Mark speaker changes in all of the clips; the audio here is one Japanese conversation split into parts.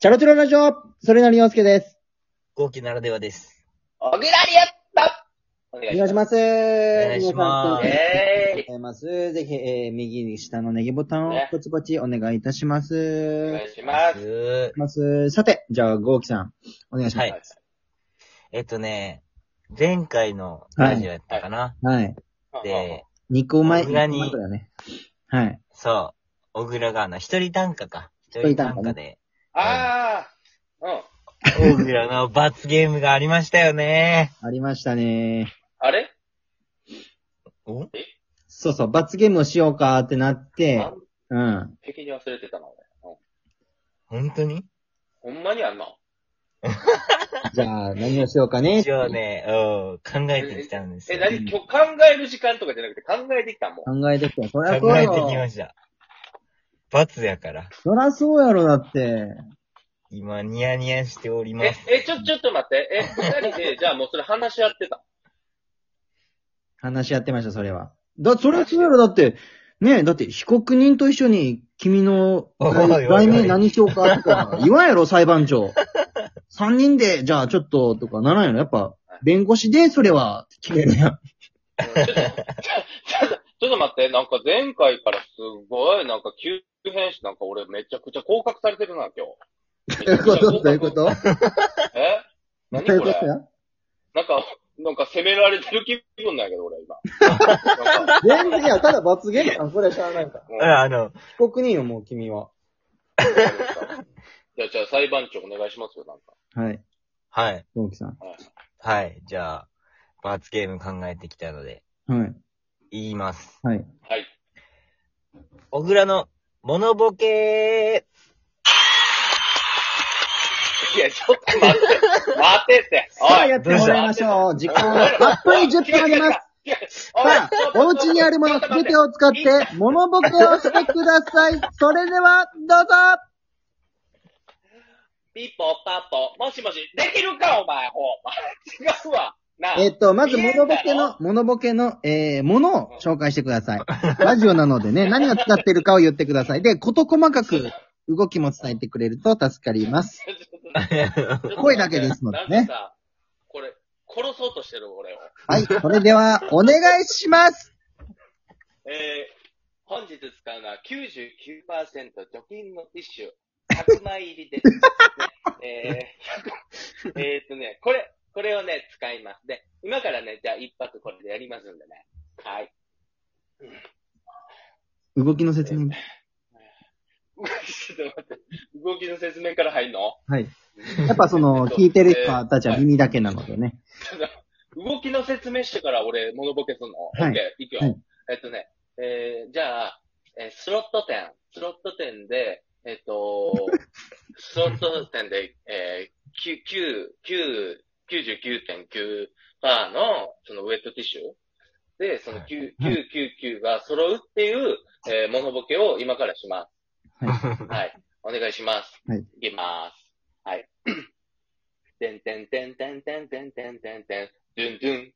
Speaker 1: チャロチャロラジオそれなりようすけです。
Speaker 2: 豪気ならではです。
Speaker 3: オグラリアッパお。
Speaker 1: お願いしますす。お願
Speaker 2: いしま
Speaker 1: あ
Speaker 2: す
Speaker 1: り
Speaker 3: え
Speaker 1: がとうございます。ぜひ、えー、右下のネギボタンを
Speaker 3: ね
Speaker 1: ポチポチお願いいたしま
Speaker 3: ーい。お
Speaker 1: す
Speaker 3: 願。いします。
Speaker 2: う
Speaker 1: ますさて、じゃあ、ゴーキさん、お願いしま
Speaker 2: はい。えっとね、前回のラジオやったかな、
Speaker 1: す。はい。
Speaker 2: で、
Speaker 1: 二個前、
Speaker 2: さ
Speaker 1: 二個
Speaker 2: すが
Speaker 1: 前
Speaker 2: に
Speaker 1: くらいね。はい。
Speaker 2: そう、小倉がな、一人単価か。一
Speaker 1: 人
Speaker 2: 人
Speaker 1: 単
Speaker 2: 単
Speaker 1: 価
Speaker 2: 価で、
Speaker 3: ああ、うん。
Speaker 2: 小倉の罰ゲームがありましたよね。
Speaker 1: ありましたね。
Speaker 3: あれ
Speaker 2: お
Speaker 1: そうそう、罰ゲームをしようかってなって
Speaker 3: 完、
Speaker 1: うん。
Speaker 3: 璧に忘れてたな、俺。
Speaker 2: 本当に
Speaker 3: ほんまにあんな。
Speaker 1: じゃあ、何をしようかね。
Speaker 2: 一応ね、うん考えてきたんです
Speaker 3: え、
Speaker 2: よ。
Speaker 3: 何今日考える時間とかじゃなくて考えてきたもん。
Speaker 1: 考えてきた。そりゃそう
Speaker 2: 考
Speaker 1: や
Speaker 2: えてき
Speaker 1: ろ
Speaker 2: ま。した。罰やから。
Speaker 1: そりゃそうやろ、だって。
Speaker 2: 今、ニヤニヤしておりま
Speaker 3: え
Speaker 2: す。、
Speaker 3: え、ちょ、ちょっと待って。え、二人で、 じゃあもうそれ話し合ってた。
Speaker 1: 話し合ってました、それは。だ、それはそうやろ、だって、ねえ、だって被告人と一緒に君の
Speaker 2: おいおいおい
Speaker 1: 題名何しようかとか、言わんやろ、裁判長。 三人で、じゃあちょっと、とかならんやろ、やっぱ、弁護士で、それは、決めるやん。
Speaker 3: うんちょっと、ちょっとちょっと待って。なんか前回からすごい、なんか急変し、なんか俺めちゃくちゃ降格されてるな、今日。
Speaker 1: どういうことどういうこと
Speaker 3: え
Speaker 1: どう
Speaker 3: 何
Speaker 1: いう
Speaker 3: こ
Speaker 1: こ
Speaker 3: れ
Speaker 1: とや
Speaker 3: なんか、なんか責められてる気分なんやけど、俺今。 なんか
Speaker 1: 全然や、ただ罰ゲームかこれは知らないか。
Speaker 3: うん
Speaker 2: あら、あの、
Speaker 1: 被告人よ、もう君は。
Speaker 3: じゃあ、じゃあ裁判長お願いしますよ、なんか。
Speaker 1: はい、
Speaker 2: はい、
Speaker 1: ゴ木さん。
Speaker 2: はい、じゃあ、罰ゲーム考えてきたので、
Speaker 1: はい、
Speaker 2: 言います。
Speaker 1: はい。
Speaker 3: はい。
Speaker 2: 小倉の、モノボケ
Speaker 3: いや、ちょっと待って。待てって。
Speaker 1: さあ、
Speaker 3: い
Speaker 1: やってもらいましょう。時間をたっぷり10分あげます。さあ、お家にあるものすべてを使って、モノボケをしてください。それでは、どうぞ
Speaker 3: ピッポパッポ、もしもし、できるか、お前、ほう。違うわ。なあ
Speaker 1: えっと、まず、
Speaker 3: 見
Speaker 1: モ
Speaker 3: えん
Speaker 1: ノボケ
Speaker 3: だ
Speaker 1: の、モノボケの、えー、ものを紹介してください。ラジオなのでね、何を使ってるかを言ってください。で、事細かく、動きも伝えてくれると助かります。
Speaker 3: ろちょっと
Speaker 1: 声だけですのでね
Speaker 3: なんかさこれ、殺そうとしてる、俺を。
Speaker 1: はい、それでは、お願いします
Speaker 3: えー、本日使うのは99%除菌のティッシュ、100枚入りです。ねえー、 えーっとね、これ、これをね、使います。で、今からね、じゃあ一発これでやりますんでね。はい。
Speaker 1: 動きの説明。
Speaker 3: ちょっと待って、動きの説明から入んの
Speaker 1: はい。やっぱその、聞いてる人たちは耳だけなのでね。
Speaker 3: 動きの説明してから俺、モノボケすんの、
Speaker 1: はい
Speaker 3: オッケー、いくよ。
Speaker 1: はい
Speaker 3: えっとね、えー、じゃあ、えースロット店、スロット店で、えっ、 と、スロット店で、えー、きゅ9 99.9%の、そのウェットティッシュで、その9 999が揃うっていう、えー、モノボケを今からします。 はい。お願いします。
Speaker 1: はい。
Speaker 3: いきます。はい。 てんてんてんてんてんてんてんてんてん。ドゥンドゥン。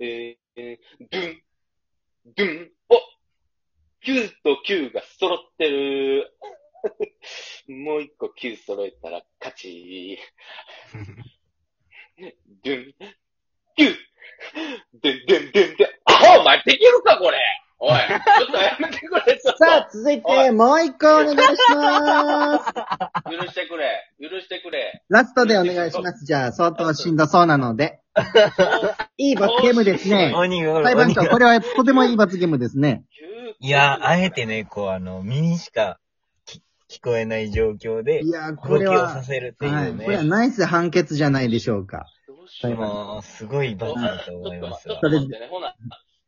Speaker 3: えー、ドゥン。ドゥン。お !9 と9が揃ってる。 もう一個9揃えたら 勝ち。ドゥン。9! ドゥンドゥンドゥンドゥン。アホお前できるかこれおいちょっとやめてくれちょっと
Speaker 1: さあ、続いて、もう一個お願いします。
Speaker 3: 許してくれ。許してくれ。
Speaker 1: ラストでお願いします。じゃあ、相当しんどそうなので。いい罰ゲームですね。
Speaker 2: 鬼がおる
Speaker 1: 裁判長、
Speaker 2: 鬼が
Speaker 1: これはとてもいい罰ゲームですね。
Speaker 2: いや、あえてね、こう、あの、耳しかき聞こえない状況で
Speaker 1: い、やー、こ
Speaker 2: 動き
Speaker 1: れ
Speaker 2: をさ
Speaker 1: は、
Speaker 2: せるってい
Speaker 1: はい、
Speaker 2: う
Speaker 1: これは
Speaker 2: ね。
Speaker 1: ナイス判決じゃないでしょうか。
Speaker 3: どうし
Speaker 1: 裁
Speaker 3: よ
Speaker 1: 判
Speaker 3: う。
Speaker 2: もう、すごい罰だと思います
Speaker 3: ちょ
Speaker 2: わ
Speaker 3: っ。と待ってね。ほな、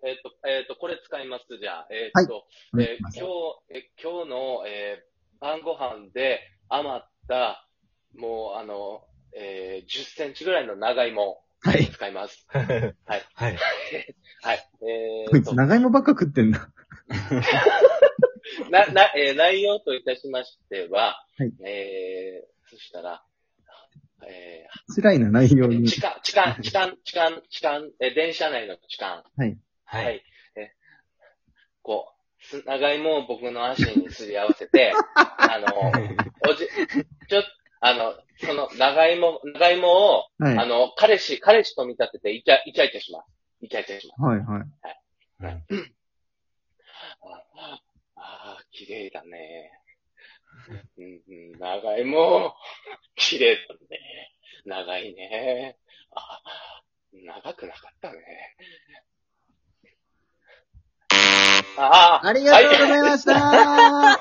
Speaker 3: えっ、と、えっ、と、これ使います。じゃあ、えっ、と、
Speaker 1: お願い
Speaker 3: えー
Speaker 1: します
Speaker 3: 今日、えー今日の、えー晩ご飯で余った、もう、あの、えー10センチぐらいの長芋
Speaker 1: はい。
Speaker 3: 使います。
Speaker 2: は
Speaker 3: はいい。
Speaker 2: はい。
Speaker 3: はい。え
Speaker 1: こ
Speaker 3: ー
Speaker 1: い
Speaker 3: と
Speaker 1: つ、長芋ばっか食ってんだ。
Speaker 3: な、な、えー内容といたしましては、
Speaker 1: はい
Speaker 3: えーそしたら、えー
Speaker 1: 辛いな、内容に。
Speaker 3: 痴漢、痴漢、痴漢、痴漢、痴漢、え、電車内の痴漢。
Speaker 2: は。
Speaker 3: はいい。え、こ う、す長芋を僕の足にすり合わせて、あの、おじ、ちょ、長芋、長芋を、
Speaker 1: はい。
Speaker 3: あの、彼氏、彼氏と見立ててイチャ、イチャイチャします。イチャイチャします。
Speaker 1: はい、はい。
Speaker 3: ああー、綺麗だね。うん、うん長芋、 綺麗だね。長いね。あ長くなかったね。ああ、
Speaker 1: ありがとうございました、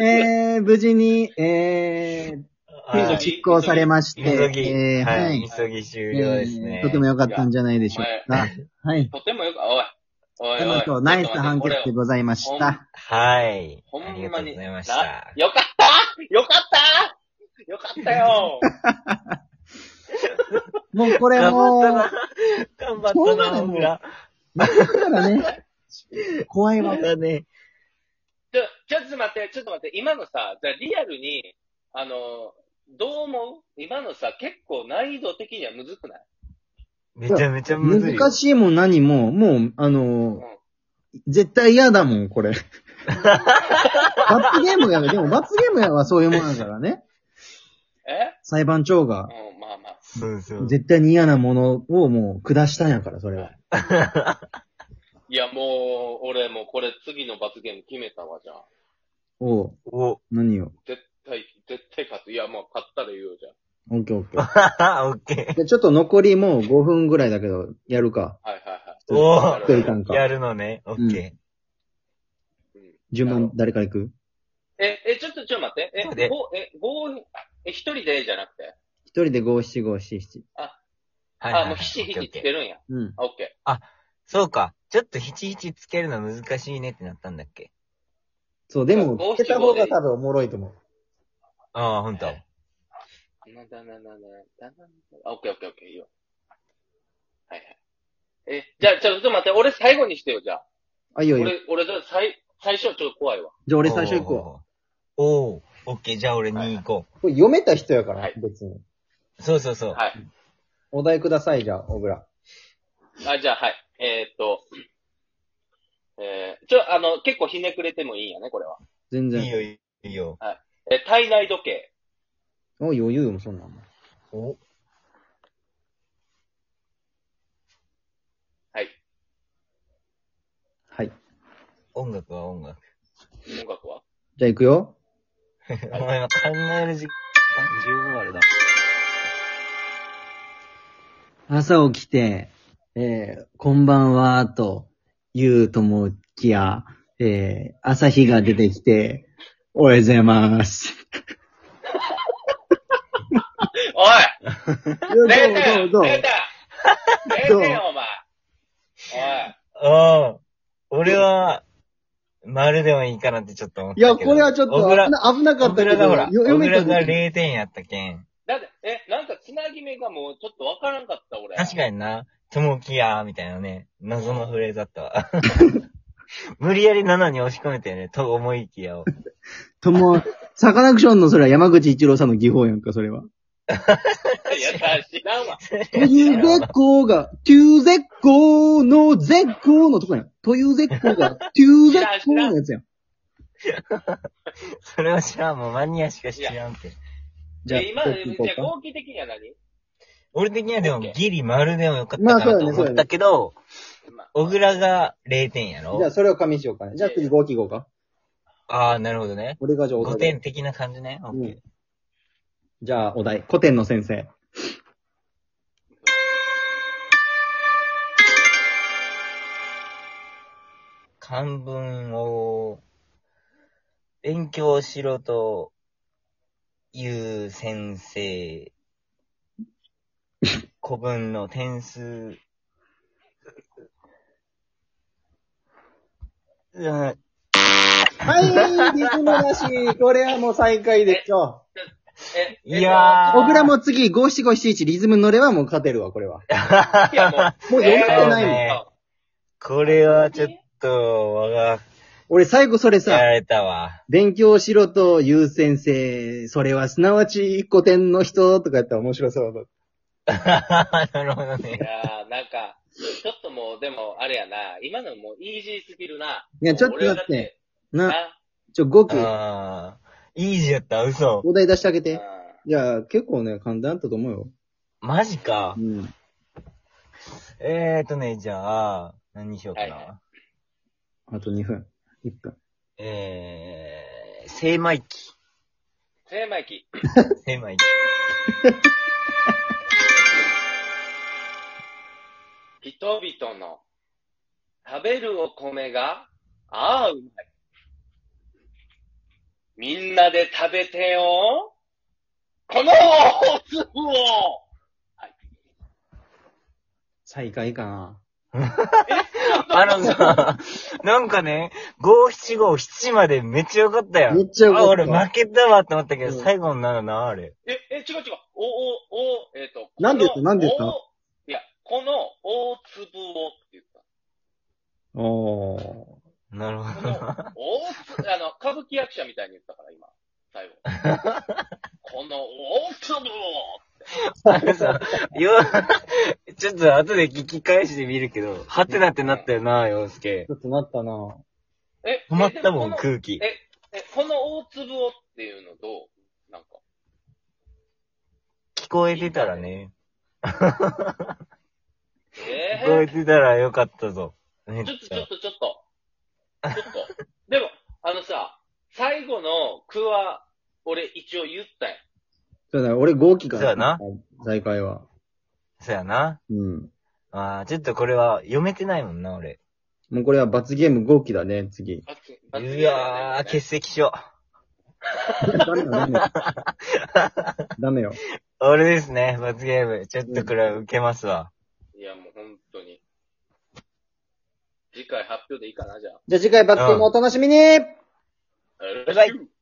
Speaker 1: えー、無事に、えー、
Speaker 2: は
Speaker 1: 刑
Speaker 2: い
Speaker 1: が執行されまして、
Speaker 2: 急ぎ、
Speaker 1: えー、は
Speaker 2: はいい、。急ぎ終了ですね。
Speaker 1: えーとても良かったんじゃないでしょうか。はい。
Speaker 3: とてもよく、おい、おい、おい
Speaker 1: 今。とナイス判決でございまし
Speaker 3: ちょっと待ってこれ
Speaker 1: た。
Speaker 2: はい。
Speaker 3: ほんま
Speaker 2: あ
Speaker 3: に。
Speaker 2: りがとうございまし
Speaker 3: な
Speaker 2: た。
Speaker 3: よかったよかったよかったよ
Speaker 1: もうこれ
Speaker 2: 頑張
Speaker 1: も
Speaker 2: っ
Speaker 1: う、
Speaker 2: たな。頑
Speaker 1: しょう
Speaker 2: 張っ
Speaker 1: が
Speaker 2: た
Speaker 1: ない
Speaker 2: な、
Speaker 1: もん
Speaker 2: 小倉。
Speaker 1: だから ね、怖いわ
Speaker 2: ま。たね。
Speaker 3: ちょ、ちょっと待って、ちょっと待って、今のさ、じゃあリアルに、あの、どう思う今のさ、結構難易度的にはむずくない
Speaker 2: めちゃめちゃむずいよ。
Speaker 1: 難しいも何も、もう、あの絶対嫌だもん、 これ。罰ゲームやが、でも罰ゲームやはそういうもんだからね。
Speaker 3: え
Speaker 1: 裁判長が、
Speaker 3: うん、まあまあ。
Speaker 2: そうそう。
Speaker 1: 絶対に嫌なものをもう下したんやから、それは。
Speaker 3: いや、もう、俺もうこれ次の罰ゲーム決めたわ、じゃあ。
Speaker 1: おう、
Speaker 2: お、
Speaker 1: 何よ。
Speaker 3: 絶対、絶対勝つ。いや、もう勝ったら言うじゃん。
Speaker 1: オッケーオッケー。
Speaker 2: オッケ
Speaker 1: で、ちょっと残りもう5分ぐらいだけど、やるか。
Speaker 3: はいはい
Speaker 2: ー。お
Speaker 3: ー
Speaker 1: 一人単
Speaker 2: ーや
Speaker 1: か。
Speaker 2: るのね。オッケ
Speaker 3: はい。うん
Speaker 1: 順番誰から行く
Speaker 3: え、え、ちょっと、ちょっと待って。え、
Speaker 2: そうね
Speaker 3: ごえ、ご、え、一人でじゃなくて。
Speaker 1: 一人で5、7、5、7、7。
Speaker 2: ー。はいはい
Speaker 3: あ、
Speaker 2: はい
Speaker 3: もうひしひ
Speaker 2: オッ
Speaker 3: し
Speaker 2: ケーオッケ
Speaker 3: つ
Speaker 2: ー
Speaker 3: けるんや。
Speaker 1: うん。
Speaker 3: あオッケ
Speaker 2: そうか。ちょっとひちひちつけるの難しいねってなったんだっけ
Speaker 1: そう、で
Speaker 3: 五
Speaker 1: も、
Speaker 3: 七
Speaker 1: つけた方が多分おもろいと思う。
Speaker 2: ああ、ほんと。
Speaker 3: ー。なだなななだななあオッケーオッケーオッケー、いいよ。はいはい。え、じゃあ、ちょっと待って、俺最後にしてよ、じゃあ。
Speaker 1: あ、いいよいいよ。
Speaker 3: 俺、俺、最、最初ちょっと怖いわ。
Speaker 1: じゃあ俺最初行こ
Speaker 2: う。おー、オッケー。じゃあ俺2行こ
Speaker 1: う。これ読めた人やから
Speaker 3: はい、
Speaker 1: 別に。
Speaker 2: う。そうそうそう。
Speaker 3: はい。
Speaker 1: お題ください、じゃあ、小倉。
Speaker 3: あ、じゃあ、はい。えーっと、えー、ちょ、あの、結構ひねくれてもいいんやね、これは。
Speaker 1: 全
Speaker 2: いいよ、
Speaker 1: 然。
Speaker 2: いいよ。
Speaker 3: え、体内時計。
Speaker 1: お、余裕もそんなん。
Speaker 2: お、
Speaker 3: はい。
Speaker 1: はい。
Speaker 2: 音楽は音楽。
Speaker 3: 音楽は
Speaker 1: じゃあ行くよ。
Speaker 2: お前は考える時間十分あれだ。
Speaker 1: 朝起きて、えー、こんばんは、と言うと思いきや、えー、朝日が出てきて、おはようございます。
Speaker 3: おい
Speaker 1: どう
Speaker 3: 出た
Speaker 1: ぞ
Speaker 3: よ
Speaker 1: どうぞ。
Speaker 3: 出た出
Speaker 1: どう
Speaker 3: たよ、お前おい
Speaker 2: ああ、俺は、丸でもいいかなってちょっと思った
Speaker 1: い
Speaker 2: けど。
Speaker 1: や、これはちょっと
Speaker 2: 小
Speaker 1: 危
Speaker 2: 倉、
Speaker 1: な危なか
Speaker 2: 小
Speaker 1: った
Speaker 2: 倉
Speaker 1: け
Speaker 2: が
Speaker 1: ど、
Speaker 2: ほら、
Speaker 1: よ
Speaker 2: 小
Speaker 1: めた
Speaker 2: 倉
Speaker 1: 時
Speaker 2: が0点やったけん。
Speaker 3: だって、え、なんかつなぎ目がもうちょっとわからんかった、俺。
Speaker 2: 確かにな、ともきやーみたいなね、謎のフレーズだっ たわ。無理やり7に押し込めてね、と思いきやを。
Speaker 1: とも、サカナクションのそれは山口一郎さんの技法やんか、それは。
Speaker 3: いや、知らんわ。
Speaker 1: という絶好が、という絶好の絶好のとこやん。という絶好が、という絶好のやつやん。
Speaker 2: それは知らん、もうマニアしか知らんって。
Speaker 1: じゃあ、
Speaker 3: 今、
Speaker 1: こ
Speaker 3: じ
Speaker 1: っち行こ
Speaker 3: ゃあ、
Speaker 1: うか。
Speaker 3: 合計的には何
Speaker 2: 俺的にはでも
Speaker 3: OK
Speaker 2: ギリ丸でもよかった
Speaker 1: まあ
Speaker 2: かなと
Speaker 1: そうだねそう
Speaker 2: 思
Speaker 1: だね
Speaker 2: ったけど、
Speaker 3: まあ
Speaker 2: 小倉が0点やろ
Speaker 1: じゃあ、それを加味しようかね。じゃあ、次合記号か。
Speaker 2: ああ、なるほどね。
Speaker 1: 俺がじゃあお題。
Speaker 2: 5点的な感じね。
Speaker 1: うん
Speaker 2: OK
Speaker 1: じゃあ、お題。古典の先生。
Speaker 2: 漢文を勉強しろという先生、古文の点数、うん
Speaker 1: はい、リズムなし。これはもう最下位でしょ
Speaker 3: え、
Speaker 2: いや
Speaker 1: う。
Speaker 2: ー
Speaker 1: 小倉も次、五七五七一リズム乗ればもう勝てるわ、これは。
Speaker 3: いやもう
Speaker 1: もう読めてないもん。
Speaker 2: えーこれはちょっと、わが、
Speaker 1: 俺最後それ
Speaker 2: や
Speaker 1: さ、
Speaker 2: られたわ。
Speaker 1: 勉強しろという先生、それはすなわち古典の人とかやったら面白そうだ。
Speaker 2: なるほど
Speaker 3: い
Speaker 2: ね。
Speaker 3: やー、なんか、ちょっともう、でも、あれやな、今のもうイージーすぎるな。
Speaker 1: いやちょっと待ってな、
Speaker 3: 俺だって
Speaker 1: ちょ、5句、
Speaker 2: ああ、いい字やった、嘘。
Speaker 1: お題出してあげて。
Speaker 3: な、
Speaker 1: いや、結構ね、簡単だったと思うよ。
Speaker 2: マジか
Speaker 1: う。ん。
Speaker 2: えーとね、じゃあ、何にしようかな。
Speaker 3: はいは
Speaker 1: あと2分。1分。
Speaker 2: えー、精米機。
Speaker 3: 精米機。
Speaker 2: 精米機。
Speaker 3: 人々の食べるお米が、ああ、うまい。みんなで食べてよ。このおつを
Speaker 1: 最下位かな。
Speaker 2: あのさ、なんかね、五七五七までめっちゃよかったよ。
Speaker 1: めっちゃよかった
Speaker 2: あ、俺負けたわって思ったけど、
Speaker 1: うん
Speaker 2: 最後になるな、あれ。
Speaker 3: え、え、違う違う。お、お、お、えっ、と。
Speaker 1: なんで言った
Speaker 3: この
Speaker 1: なんで言った
Speaker 3: おいや、この大粒をって言った。
Speaker 1: おー。
Speaker 2: なる
Speaker 3: こ
Speaker 2: ほど
Speaker 3: の
Speaker 2: な。
Speaker 3: 大粒、あの、 歌舞伎役者みたいに言ったから、今。最 後。この大粒を
Speaker 2: あのさ、よ、ちょっと後で聞き返してみるけど、はてなってなったよな、洋介
Speaker 1: ち。ょっと待ったな
Speaker 3: え、
Speaker 2: 止まったも
Speaker 3: えで
Speaker 2: ん、
Speaker 3: この
Speaker 2: 空気。
Speaker 3: え、この大粒をっていうのどうなんか。
Speaker 2: 聞こえてたらね。
Speaker 3: え
Speaker 2: 聞こえ
Speaker 3: ー、
Speaker 2: てたらよかったぞ。めっ
Speaker 3: ちょっと
Speaker 2: ち
Speaker 3: ちょ
Speaker 2: ゃ
Speaker 3: っ。とちょっと。ちょっと。 でも、あのさ、最後の句は、俺一応言ったやん。
Speaker 1: そうだ、俺5期か
Speaker 2: そうやな。
Speaker 1: 最下位は。
Speaker 2: そやな。
Speaker 1: うん。
Speaker 2: あーちょっとこれは読めてないもんな、俺。
Speaker 1: もうこれは罰ゲーム5期だね、次。
Speaker 3: 罰罰ゲーム
Speaker 2: い
Speaker 3: やね
Speaker 2: やー、
Speaker 3: これ
Speaker 2: 欠席しよ
Speaker 1: ダメよ ダメよ。ダメよ。
Speaker 2: う。俺ですね、罰ゲーム。ちょっとこれは受けますわ。
Speaker 3: いや、もう本当に。次回発表でいいかな、じゃあ。
Speaker 1: じゃあ次回罰ゲームお楽しみに
Speaker 2: バイバイ
Speaker 3: よろしく